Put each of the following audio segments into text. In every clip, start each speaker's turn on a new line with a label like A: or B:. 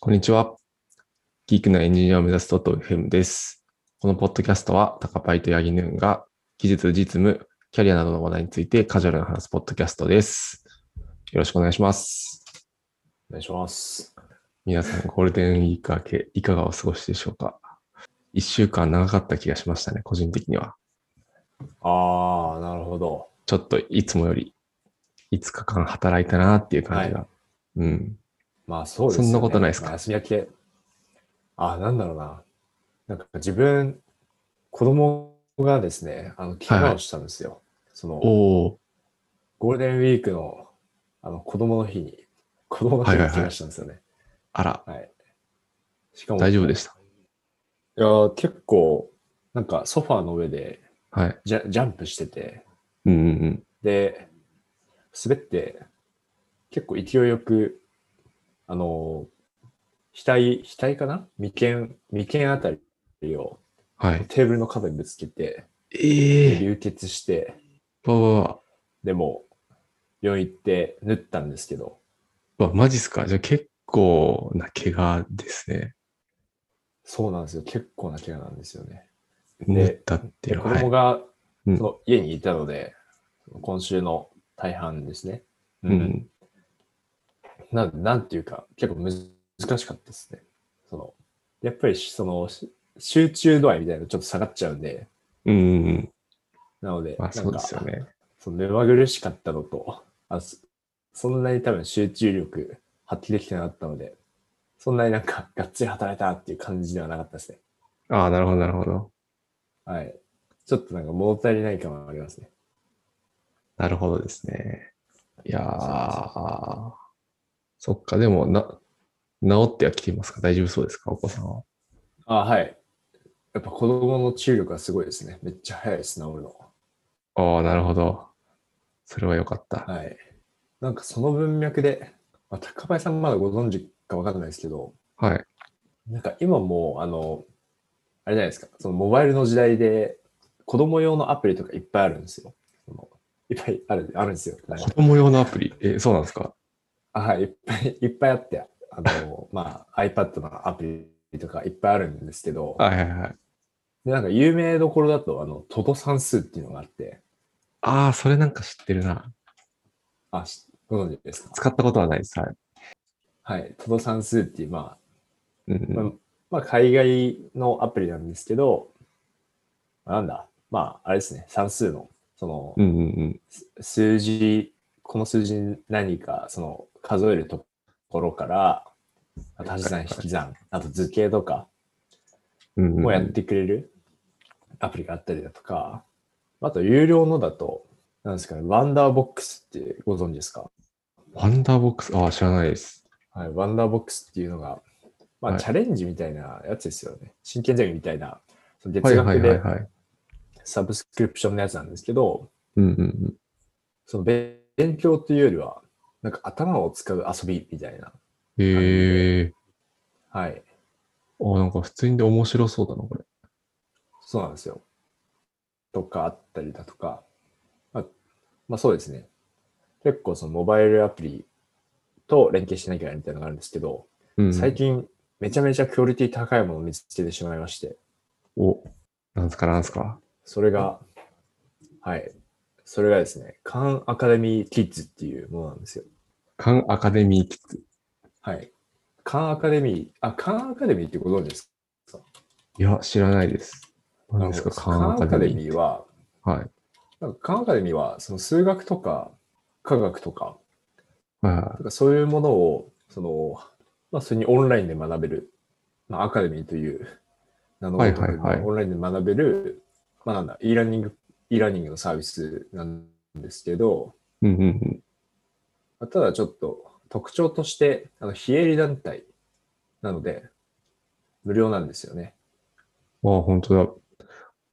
A: こんにちは。ギークなエンジニアを目指すトトフムです。このポッドキャストは、タカパイとヤギヌーンが技術、実務、キャリアなどの話題についてカジュアルな話すポッドキャストです。よろしくお願いします。
B: お願いします。
A: 皆さん、ゴールデンウィーク明け、いかがお過ごしでしょうか一週間長かった気がしましたね、個人的には。
B: ああ、なるほど。
A: ちょっといつもより5日間働いたなっていう感じが。うん。
B: まあそうですよね。
A: そんなことないですか
B: まあ休み明け。ああ、なんだろうな。なんか自分、子供がですね、あの、怪我をしたんですよ。その、
A: おー、
B: ゴールデンウィークの、あの、子供の日に、子供の日に怪我したんですよね。
A: あら、
B: はいしかも、
A: 大
B: い
A: 丈夫でした。
B: やー、結構、なんかソファーの上で
A: はい。
B: ジャジャンプしてて、
A: うんうんうん。
B: で、滑って、結構勢いよく、あの、額、額かな眉間、眉間あたりを
A: はい。
B: テーブルの角にぶつけて、
A: ええー。
B: 流血して、
A: わわわ。
B: でも、病院行って縫ったんですけど、
A: わ、マジっすかじゃあ結構な怪我ですね。
B: そうなんですよ。結構な怪我なんですよね。
A: 縫ったっていう
B: で
A: の
B: 子
A: は。はい
B: 供が
A: うん
B: その家にいたので、今週の大半ですね。
A: う。ん。
B: なんなんていうか、結構難しかったですね。その、やっぱりしその、し集中度合いみたいなのちょっと下がっちゃうんで、
A: うんうんうん。
B: なので、
A: まあそうですよ
B: なんか
A: ね。
B: その目まぐるしかったのと、あそそんなに多分集中力発揮できてなかったので、そんなになんかがっつり働いたっていう感じではなかったですね。
A: ああ、なるほど、なるほど。
B: はい。ちょっとなんか物足りない感はありますね。
A: なるほどですね。いや
B: そう
A: ー、そっか、でも、な、治ってはきていますか大丈夫そうですかお子さんは。
B: あはい。やっぱ子供の注力がすごいですね。めっちゃ早いです、治るの。
A: ああ、なるほど。それはよかった。
B: はい。なんかその文脈で、まあ、高林さんまだご存知かわかんないですけど、
A: はい。
B: なんか今もう、あの、あれじゃないですか、そのモバイルの時代で、子供用のアプリとかいっぱいあるんですよ。そのいっぱいあるあるんですよ。なんか
A: 子供用のアプリ。え、そうなんですか
B: あはい、いっぱいいっぱいあって、あの、まあ、iPad のアプリとかいっぱいあるんですけど、
A: はいはいはい。
B: でなんか有名どころだと、あの、トド算数っていうのがあって、
A: ああ、それなんか知ってるな。
B: あ、しご存知ですか
A: 使ったことはないです。はい。
B: はい、トド算数っていう、まあ、
A: うんう
B: まあ
A: ん。、
B: まあ、海外のアプリなんですけど、まあなんだ、まあ、あれですね、算数の、その
A: う、んうんうん。
B: す数字、この数字に何か、その、数えるところから、まあ足し算、
A: はい
B: 引
A: はい
B: き算、あと図形とか
A: うんうんうん
B: をやってくれるアプリがあったりだとか、あと、有料のだと、なんですかね、ワンダーボックスってご存知ですか
A: ワンダーボックス、ああ、知らないです。
B: はい、ワンダーボックスっていうのが、まあ、
A: はい
B: チャレンジみたいなやつですよね。真剣ゼミみたいな、その
A: はい
B: 月
A: はい
B: 額
A: はい
B: で
A: はい。
B: サブスクリプションのやつなんですけど、
A: うんうんうん。
B: そのべ勉強っていうよりは、なんか頭を使う遊びみたいな。
A: へえ
B: はい。
A: ー。あ、なんか普通にで面白そうだな、これ。
B: そうなんですよ。とかあったりだとか。まあ、まあ、そうですね。結構そのモバイルアプリと連携しなきゃみたいなのがあるんですけど、
A: うん。
B: 最近めちゃめちゃクオリティ高いものを見つけてしまいまして、
A: お、なんすかなんすか。
B: それが、はい。それがですね、カンアカデミーキッズっていうものなんですよ。
A: カンアカデミーキッズ。
B: はい。カンアカデミー、あ、カンアカデミーってご存知です
A: いや、知らないです。何ですか、
B: カ
A: カ
B: ン
A: ン
B: ア
A: ア
B: カ
A: カ
B: デ
A: デ
B: ミ
A: ミー。
B: ーは、
A: はい。
B: なんかカンアカデミーは、その数学とか科学とか、
A: はいは
B: なんかそういうものを、その、まあ、それにオンラインで学べる、まあ、アカデミーという名の
A: は
B: ご
A: い
B: と
A: はい
B: く
A: はい
B: オンラインで学べる、まあ、なんだ、e ラーニング、e ラーニングのサービスなんですけど、
A: い。うんうんうん。
B: まあただちょっと特徴として、あの非営利団体なので、無料なんですよね。
A: あ、本当だ。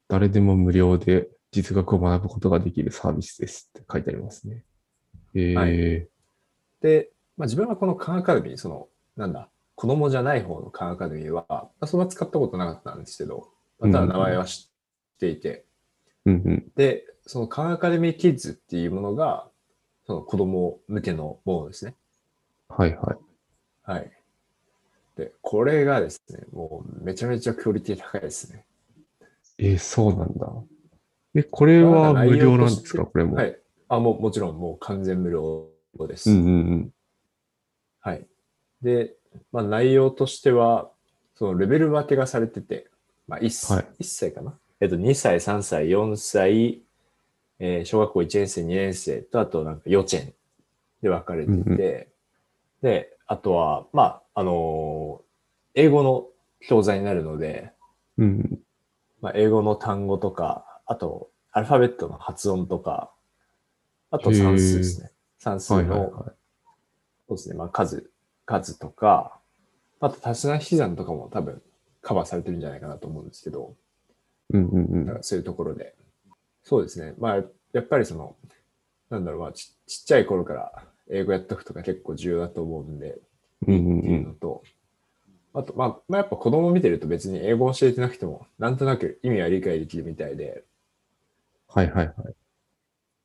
A: 誰でも無料で実学を学ぶことができるサービスですって書いてありますね。ええ
B: はで、まあ、自分はこのカンアカデミー、その、なんだ、子供じゃない方のカンアカデミーは、まあ、そんな使ったことなかったんですけど、まあただ名前は知っていて、
A: うんうん。
B: で、そのカンアカデミーキッズっていうものが、その子供向けのものですね。
A: はいはい。
B: はい。で、これがですね、もうめちゃめちゃクオリティ高いですね。
A: えーそうなんだ。え、これは無料なんですかこれも。
B: はい。あ、もうもちろんもう完全無料です。
A: うんうん
B: はい。で、まあ、内容としては、そのレベル分けがされてて、まあ 1,、
A: はい
B: 1歳かなえっと、2歳、3歳、4歳、えー小学校1年生、2年生と、あとなんか幼稚園で分かれてて、
A: うんうん
B: で、あとは、まあ、あのー英語の教材になるので、
A: うん。うん
B: まあ、英語の単語とか、あと、アルファベットの発音とか、あと算数ですね。算
A: うん。は
B: 数
A: いはい
B: の
A: は
B: そうですね、まあ、数、数とか、あと、足し算引き算とかも多分カバーされてるんじゃないかなと思うんですけど、
A: い。うんうん
B: だ
A: う
B: からそういうところで。そうですね、まあ、やっぱりその、なんだろう、まあち、ちっちゃい頃から英語やっとくとか結構重要だと思うんで、
A: ん。うん
B: って
A: うんう
B: いうの
A: ん。
B: と、あと、まあ、まあ、やっぱ子供見てると別に英語教えてなくても、なんとなく意味は理解できるみたいで、
A: はいはいはい。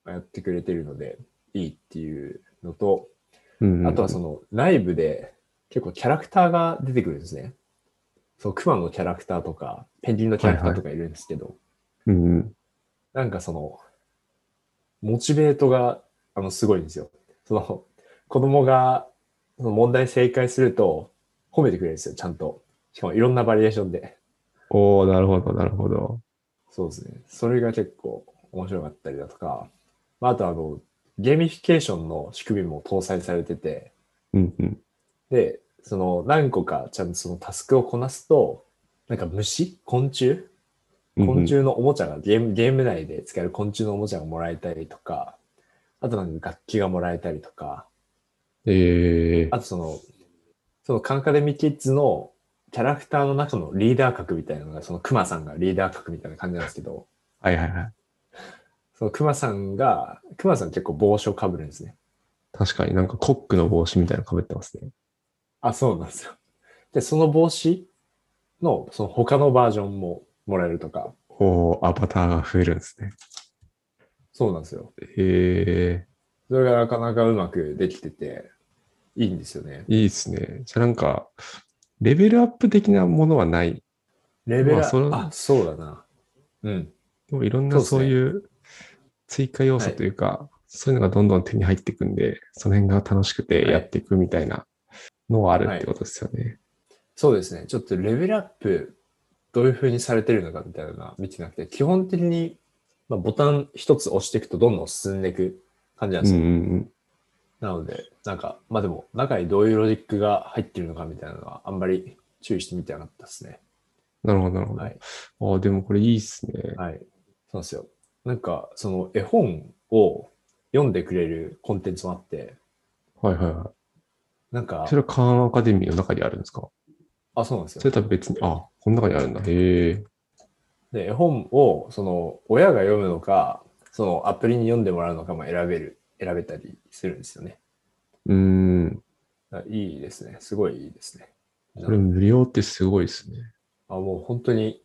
B: まあやってくれてるので、いいっていうのと、
A: うんうん、
B: あとはその内部で結構キャラクターが出てくるんですね。そう、クマのキャラクターとか、ペンギンのキャラクターとかいるんですけど、
A: うんうん。
B: なんかその、モチベートが、あの、すごいんですよ。その、子供が、その問題正解すると、褒めてくれるんですよ、ちゃんと。しかもいろんなバリエーションで。
A: おおなるほど、なるほど。
B: そうですね。それが結構面白かったりだとか、まあ、あとあの、ゲーミフィケーションの仕組みも搭載されてて、
A: うんうん。
B: で、その何個かちゃんとそのタスクをこなすと、なんか虫昆虫
A: うんうん
B: 昆虫のおもちゃが、ゲーム、ゲーム内で使える昆虫のおもちゃがもらえたりとか、あとなんか楽器がもらえたりとか、
A: ええ
B: あとその、そのカンカデミキッズのキャラクターの中のリーダー格みたいなのが、そのクマさんがリーダー格みたいな感じなんですけど、
A: はいはいはい。
B: そのクマさんが、クマさん結構帽子をかぶるんですね。
A: 確かになんかコックの帽子みたいなのかぶってますね。
B: あ、そうなんですよ。で、その帽子の、その他のバージョンももらえるとか、
A: おおアバターが増えるんですね。
B: そうなんですよ。
A: ええ
B: それがなかなかうまくできてて、いいんですよね。
A: いいですね。じゃあなんか、レベルアップ的なものはない。
B: レベル、
A: まあそれ
B: あ、そうだな。うん。
A: でもいろんな
B: そ
A: そうう
B: ですね
A: いう追加要素というか、そういうのがどんどん手に入っていくんで、その辺が楽しくてやっていくみたいなのはあるってことですよね。
B: そうですね。ちょっとレベルアップ、どういう風にされてるのかみたいなのは見てなくて、基本的に、まあ、ボタン一つ押していくとどんどん進んでいく感じなんで
A: う
B: す
A: んう
B: よ。
A: んうん。
B: なので、なんか、まあでも、中にどういうロジックが入ってるのかみたいなのは、あんまり注意してみてなかったですね。
A: なるほど、なるほど。
B: はい
A: ああ、でもこれいいっすね。
B: はい。そうなんですよ。なんか、その絵本を読んでくれるコンテンツもあって、
A: はいはいは
B: なんか
A: い。そ、れはカーンアカデミーの中にあるんですか
B: あ、そうなんですよ
A: そ。れとは別に、あ、この中にあるんだ。へえ。
B: で、絵本を、その、親が読むのか、その、アプリに読んでもらうのかも選べる、選べたりするんですよね。
A: うーん。
B: あいいですね。すごいいいですね。
A: これ無料ってすごいですね。
B: あもう本当に、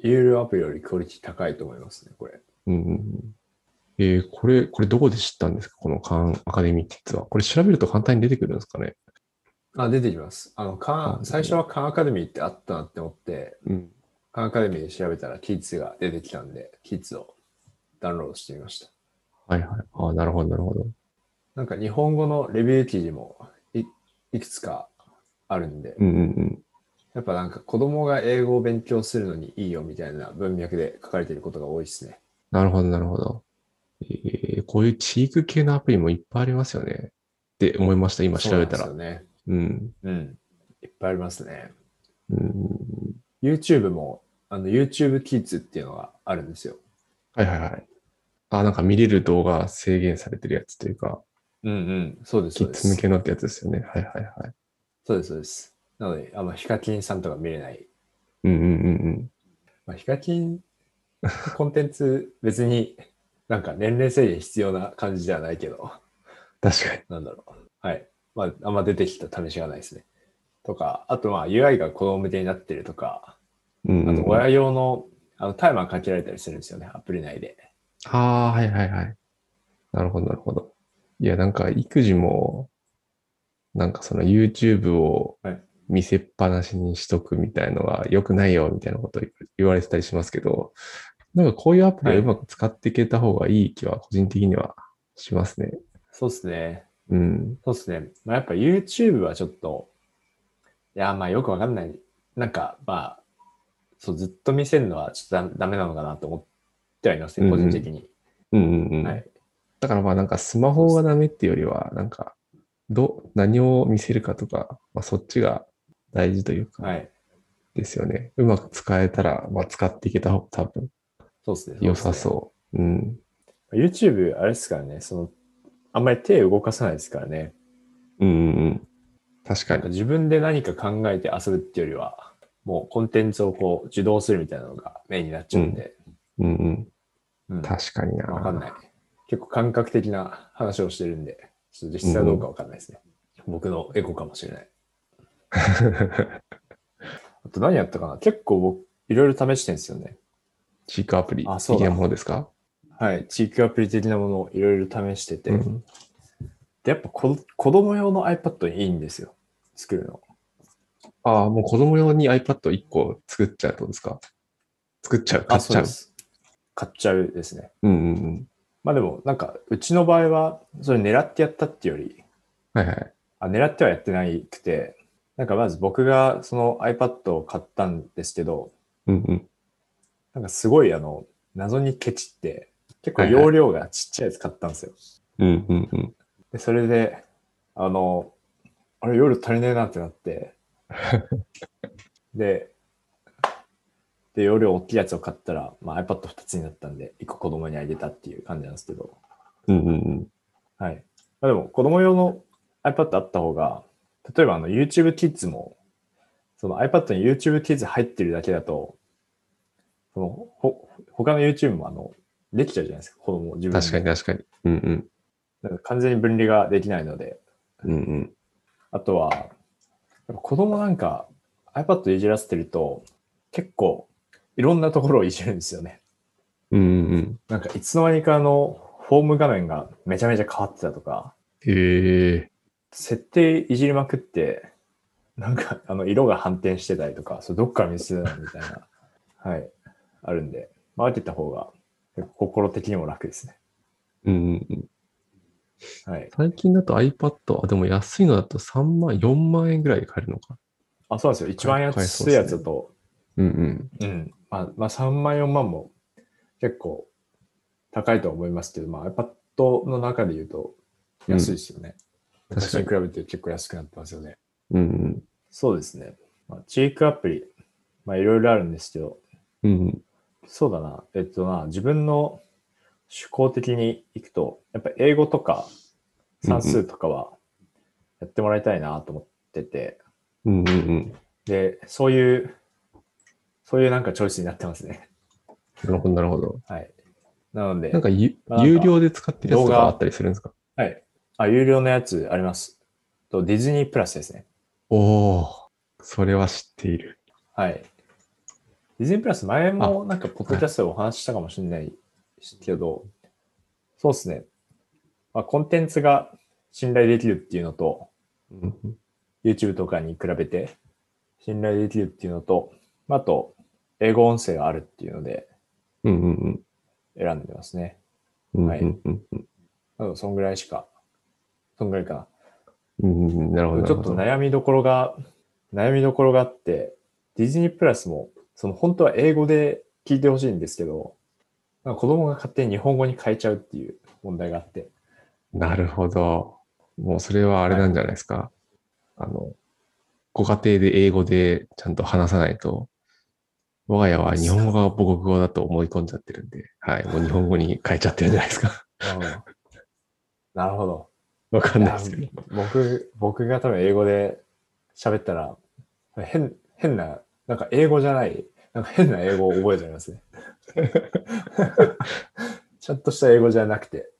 B: 有料アプリよりクオリティ高いと思いますね、これ。
A: うんうんうん。えー、これ、これどこで知ったんですかこのカーンアカデミーって実は。これ調べると簡単に出てくるんですかね
B: あ、出てきます。あの、カ
A: あ
B: ン、最初はカンアカデミーってあったなって思って、
A: うん。
B: カンアカデミーで調べたらキッズが出てきたんで、キッズをダウンロードしてみました。
A: はいはい。ああ、なるほど、なるほど。
B: なんか日本語のレビュー記事もいいくつかあるんで、
A: うんうんうん。
B: やっぱなんか子供が英語を勉強するのにいいよみたいな文脈で書かれていることが多いですね。
A: なるほど、なるほど。えー、こういう地域系のアプリもいっぱいありますよね。って思いました、今調べたら。
B: そううなんですよね。
A: ん
B: うん。いっぱいありますね。
A: うん。
B: YouTube も、あの YouTube Kids っていうのがあるんですよ。
A: はいはいはい。あ、なんか見れる動画制限されてるやつというか、
B: うんうん。そうで
A: キ
B: す、そう
A: ッ
B: で
A: ズ向
B: す。
A: けのってやつですよね。はいはいはい。
B: そうです、そうです。なので、あの、ヒカキンさんとか見れない。
A: うんうんうん
B: まあ、ヒカキン のコンテンツ別になんか年齢制限必要な感じじゃないけど、
A: うん。確かに。
B: なんだろう。はい。まあ、あんま出てきた試しがないですね。とか、あとまあ UI が子供向けになってるとか、
A: うんうん
B: あ
A: う
B: と、
A: ん、あ
B: 親用のあのタイマーかけられたりするんですよね、アプリ内で。
A: あー、はいはいはい。なるほど、なるほど。いや、なんか育児も、なんかその YouTube を
B: はい
A: 見せっぱなしにしとくみたいのは良くないよみたいなこと言われてたりしますけど、なんかこういうアプリをうまく使っていけた方がいい気は個人的にはしますね。
B: そうですね。
A: うん。
B: そうですね。まあ、やっぱ YouTube はちょっと、いや、まあよくわかんない。なんか、まあ、そう、ずっと見せるのはちょっとダダメなのかなと思ってはいますね、
A: うん
B: 個
A: うん
B: 人的に。
A: うんうんうん。
B: はい。
A: だからまあなんかスマホがダメっていうよりは、なんか、ど、何を見せるかとか、まあそっちが大事というか、
B: はい。
A: ですよね。うまく使えたら、まあ使っていけた方が多分
B: そうですね。
A: 良さそう。うん。
B: うですね。YouTube、あれですからね、その、あんまり手動かさないですからね。
A: うんうんうん。確か
B: なんか
A: に。
B: 自分で何か考えて遊ぶっていうよりは、もうコンテンツをこう、受動するみたいなのがメインになっちゃうんで。
A: うんうん。
B: うん。
A: 確かにな。
B: わかんない。結構感覚的な話をしてるんで、ちょっと実際はどうかわかんないですね。僕のエゴかもしれない。あと何やったかな結構僕、いろいろ試してるんですよね。
A: チークアプリ
B: あそう
A: 的
B: だ
A: なものですか
B: はい。地域アプリ的なものをいろいろ試してて。
A: うん
B: で、やっぱこ子供用の iPad いいんですよ。作るの。
A: ああ、もう子供用に iPad1 個作っちゃうってことですか作っちゃう、買っち
B: そう
A: ゃう。
B: です。買っちゃうですね。
A: うんうんうん。
B: まあでも、なんか、うちの場合は、それ狙ってやったっていうより、
A: はいはい。
B: あ狙ってはやってないくて、なんかまず僕がその iPad を買ったんですけど、
A: うんうん。
B: なんかすごいあの、謎にケチって、結構
A: はいはい
B: 容量がちっちゃいやつ買ったんですよ。
A: うんうんうん。
B: で、それで、あの、あれ、夜足りねえなってなって、 で、で、容量大きいやつを買ったら、まあ、iPad2 つになったんで、1個子供にあげたっていう感じなんですけど、
A: うんうんうん。
B: はい。まあ、でも、子供用の iPad あった方が、例えばあの YouTube Kids も、その iPad に YouTube Kids 入ってるだけだと、そのほ他の YouTube もあのできちゃうじゃないですか、子供自分で
A: 確かに確かに。うん
B: なんか完全に分離ができないので。
A: うん。うんうん。
B: あとは、やっぱ子供なんか iPad いじらせてると、結構いろんなところをいじるんですよね。
A: うんうんうん。
B: なんかいつの間にかあのフォーム画面がめちゃめちゃ変わってたとか、
A: へえ。
B: 設定いじりまくって、なんか、あの、色が反転してたりとか、それどっから見せてたのみたいな、 はい、あるんで、まあ、当てた方が、結構心的にも楽ですね。
A: うんうんうん。
B: はい。
A: 最近だと iPad、あ、でも安いのだと3万、4万円ぐらいで買えるのか。
B: あ、そうなんですよ。一番
A: 買えそう
B: 安
A: で
B: い
A: すね
B: やつだと、
A: うんうん。
B: うん。まあ、まあ、3万、4万も結構高いとは思いますけど、まあ、iPad の中で言うと安いですよね。
A: うん
B: 昔に比べて結構安くなってますよね。
A: うん
B: そうですね。まあ、チークアプリ、まあ、いろいろあるんですけど、
A: うん。うんうん。
B: そうだな。えっとな、自分の趣向的にいくと、やっぱ英語とか算数とかはやってもらいたいなと思ってて、
A: うんうんうん。
B: で、そういう、そういうなんかチョイスになってますね。
A: なるほど、なるほど。
B: はい。なので
A: なん、かゆ、
B: まあなんか
A: 有料で使ってるやつと
B: 動画
A: かあったりするんですか
B: はい。あ、有料のやつあります。と、ディズニープラスですね。
A: おお、それは知っている。
B: はい。ディズニープラス前もなんかポッドキャストでお話ししたかもしれないけど、そうですね。まあ、コンテンツが信頼できるっていうのと、
A: うんうん
B: YouTube とかに比べて信頼できるっていうのと、あと、英語音声があるっていうので
A: うんうん
B: 選んでますね。
A: うん。
B: はい
A: うんうんうん
B: 多分そんぐらいしか、そんぐらいか
A: うんうんうんなるほど。な
B: な。ち
A: る
B: ょっ
A: ほど
B: と悩みどころが、悩みどころがあって、ディズニープラスも、その本当は英語で聞いてほしいんですけど、なんか子供が勝手に日本語に変えちゃうっていう問題があって。
A: なるほど。もうそれはあれなんじゃないですか。あの、ご家庭で英語でちゃんと話さないと、我が家は日本語が母国語だと思い込んじゃってるんで、はい、もう日本語に変えちゃってるんじゃないですか。
B: なるほど。
A: わかんないですけど。
B: 僕、僕が多分英語で喋ったら、変、変な、なんか英語じゃない、なんか変な英語を覚えちゃいますね。ちゃんとした英語じゃなくて。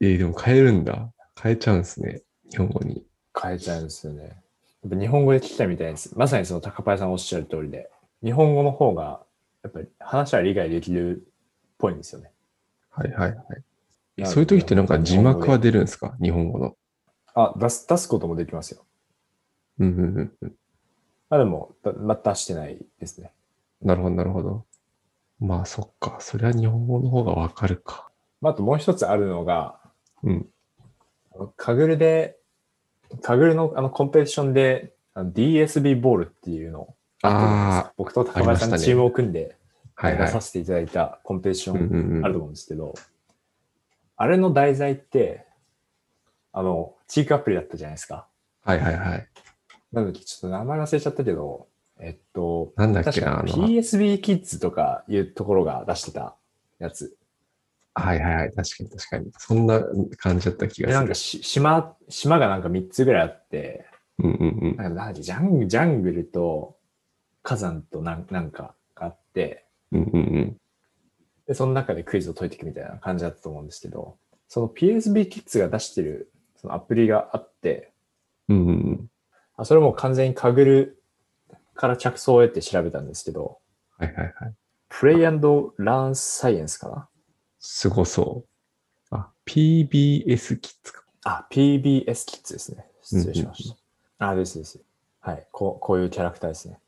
A: えーでも変えるんだ。変えちゃうんですね。日本語に。
B: 変えちゃうんですよね。やっぱ日本語で聞きたいみたいです。まさにその高林さんおっしゃる通りで、日本語の方が、やっぱり話は理解できるっぽいんですよね。
A: はいはいはい。そういう時ってなんか字幕は出るんですか日本語の。
B: あ、出す、出すこともできますよ。
A: うんうんうんうん。
B: まあでも、だまあ、出してないですね。
A: なるほど、なるほど。まあ、そっか。そりゃ日本語の方がわかるか。
B: まあ、あともう一つあるのが、
A: うん
B: あの。カグルで、カグルのあのコンペティションで、あの DSB ボールっていうのを、
A: あ
B: 僕と高
A: ありま
B: 林
A: し
B: さ
A: た
B: ん
A: ね
B: チームを組んで、
A: あ、はい
B: 出
A: はい
B: さ。せていただいたコンペティショ
A: うん
B: ン
A: うん
B: あ
A: う
B: ると
A: ん。
B: 思うんですけど、あれの題材って、あの、チークアプリだったじゃないですか。
A: はいはいはい。
B: なんだっけ、ちょっと名前忘れちゃったけど、えっと、
A: なんだっけ
B: 確
A: な、
B: か
A: あの、
B: PSB キッズとかいうところが出してたやつ。
A: はいはいはい。確かに確かに。そんな感じだった気
B: で、な
A: が
B: ん
A: す
B: か
A: る。
B: し島、島がなんか3つぐらいあって、
A: うんうん
B: なんかなんだっけジャンジャングルと火山となんなんかがあって、
A: うん。うんうんうん。
B: で、その中でクイズを解いていくみたいな感じだったと思うんですけど、その PSB キッズが出してるそのアプリがあって、
A: うんうんうん。
B: あそれも完全にカグルから着想を得て調べたんですけど、
A: はいはいはい。
B: プレイラーンサイエンスかな
A: すごそう。あ、PBS キッズか。
B: あ、PBS キッズですね。失礼しました。あ、ですです。はいこう。こういうキャラクターですね。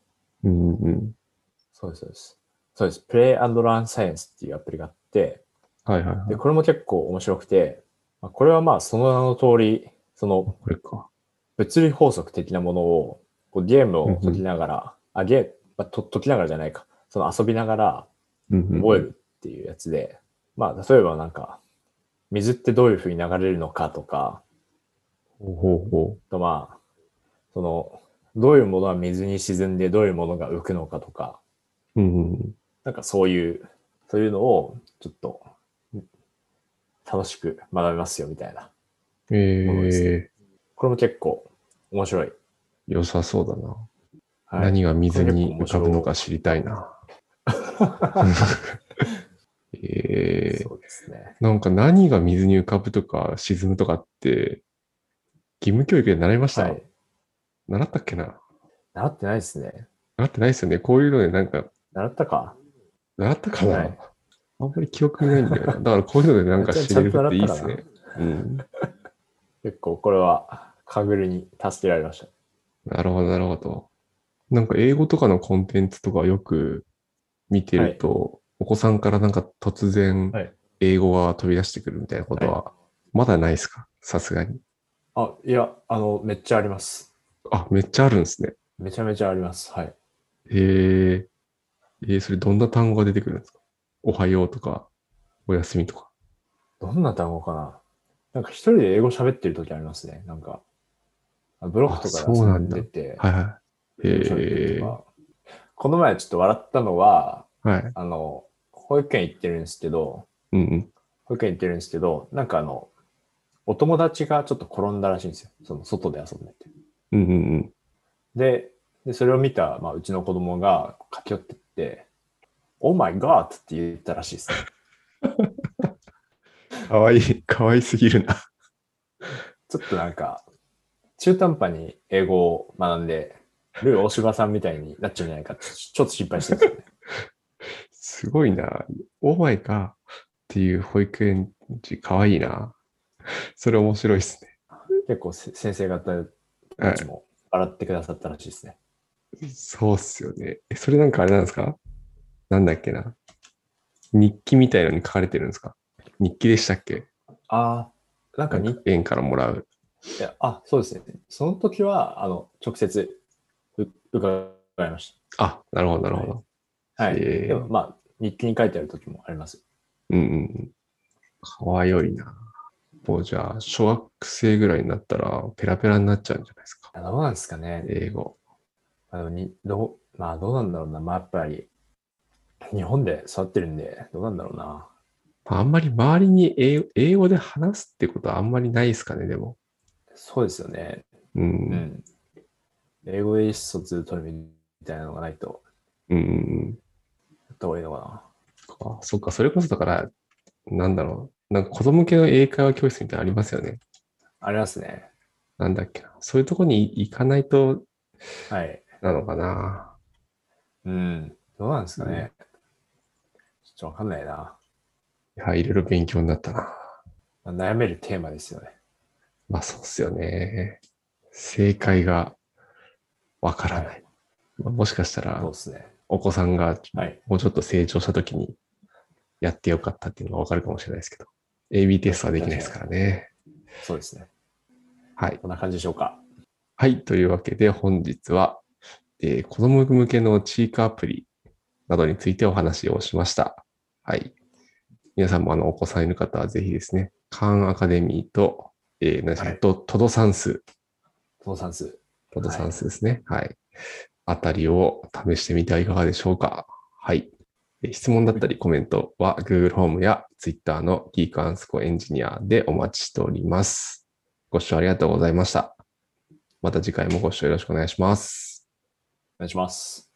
A: うんうんうん。
B: そうです、そうです。そうです。プレイラーンサイエンスっていうアプリがあって、
A: はいはいはい
B: で、。これも結構面白くて、まあこれはまあその名の通り、その
A: これか。
B: 物理法則的なものを、こうゲームを解きながら、あ、ゲーム、まあ、と解きながらじゃないか。その遊びながら
A: うんうん。
B: 覚えるっていうやつで、まあ、例えばなんか、水ってどういうふうに流れるのかとか、
A: ほうほうほ
B: とまあ、その、どういうものは水に沈んで、どういうものが浮くのかとか、
A: う。うんうんうん。
B: なんかそういう、そういうのを、ちょっと、楽しく学べますよ、みたいな。そうです
A: え
B: ねこれも結構面白い。
A: ー、良さそうだな。
B: はい、
A: 何が水に浮かぶのか知りたい な。えー、
B: そうですね。
A: なんか何が水に浮かぶとか沈むとかって、義務教育で習いました、
B: はい。
A: 習ったっけな
B: 習ってないですね。
A: 習ってないですよね。こういうのでなんか、
B: 習ったか。
A: 習ったかな、
B: はい
A: あんまり記憶にないんだよ な。だからこういうのでなんか知れるっていいですね。うん。
B: 結構これは、カグルに助けられました。
A: なるほど、なるほど。なんか英語とかのコンテンツとかよく見てると、お子さんからなんか突然
B: はい
A: 英語が飛び出してくるみたいなことは、まだないですかさすがに。
B: あ、いや、あの、めっちゃあります。
A: あ、めっちゃあるんですね。
B: めちゃめちゃあります。はい。
A: へええーそれどんな単語が出てくるんですかおはようとか、おやすみとか。
B: どんな単語かななんか一人で英語喋ってる時ありますね。なんか、あブロックとか
A: あ
B: で
A: そう
B: 遊
A: なん
B: ん
A: だ
B: でて、
A: はいはい。
B: 英語喋ってる
A: へ
B: 時はこの前ちょっと笑ったのは、
A: えはい。
B: あの、保育園行ってるんですけど、
A: うんうん。
B: 保育園行ってるんですけど、なんかあの、お友達がちょっと転んだらしいんですよ。その外で遊んでて。
A: うんうんうん。
B: で、でそれを見た、まあ、うちの子供が駆け寄ってって、Oh my god! って言ったらしいですね。
A: かわいい、かわいすぎるな。
B: ちょっとなんか、中途半端に英語を学んで、ルー大柴さんみたいになっちゃうんじゃないかって、ちょっと心配してるんですよね。
A: すごいな。オーマイかっていう保育園児、かわいいな。それ面白いです
B: 結構せ先生方
A: ね。は
B: たちも笑ってくださったらしいですね。
A: い。そうっすよね。え、それなんかあれなんですかなんだっけな。日記みたいのに書かれてるんですか日記でしたっけ
B: ああ、なんかに、い
A: 園からもらう。
B: やあ、そうですね。その時は、あの、直接う伺いまし
A: あ、なるほど、なるほど。
B: た。はい。
A: へえ
B: でもまあ、日記に書いてある時もあります。
A: うんうんうん。かわよいな。もうじゃあ、小学生ぐらいになったら、ペラペラになっちゃうんじゃないですか。
B: あどうなんですかね。
A: 英語。
B: あのにどうまあどうなんだろうな、まあ、やっぱり日本で育ってるんで、どうなんだろうな。
A: あんまり周りに英英語で話すってことはあんまりないですかね、でも。
B: そうですよね。
A: う。
B: うんん。英語で意思疎通取るみたいなのがないと、
A: うんうんうん。
B: やった方がいいのか
A: あ、そっか、それこそだから、なんだろう。なんか子供向けの英会話教室みたいなのありますよね。
B: な。ありますね。
A: なんだっけな。そういうとこに行かないと
B: はい。
A: なのかな。
B: うん。どうなんですかね。ちょっとわかんないな。
A: いや、いろいろ勉強になったな。
B: まあ悩めるテーマですよね。
A: まあそうっすよね。正解がわからない。まあもしかしたら
B: そう、ですね。
A: お子さんが
B: はい。
A: もうちょっと成長したときにやってよかったっていうのがわかるかもしれないですけど、AB テストはできないですからね。
B: そうですね。
A: はい。
B: こんな感じでしょうか。
A: はい。というわけで本日は、えー子供向けのチークアプリなどについてお話をしました。はい。皆さんもあのお子さんいる方はぜひですね、カーンアカデミーと、えー、何でした
B: は
A: っ
B: い
A: け、とトド算数、
B: その算数。
A: トド算数ですね。はい。あたりを試してみてはいかがでしょうか。はい。えー質問だったりコメントは Google ホームや Twitter の Geek アンスコエンジニアでお待ちしております。ご視聴ありがとうございました。また次回もご視聴よろしくお願いします。
B: お願いします。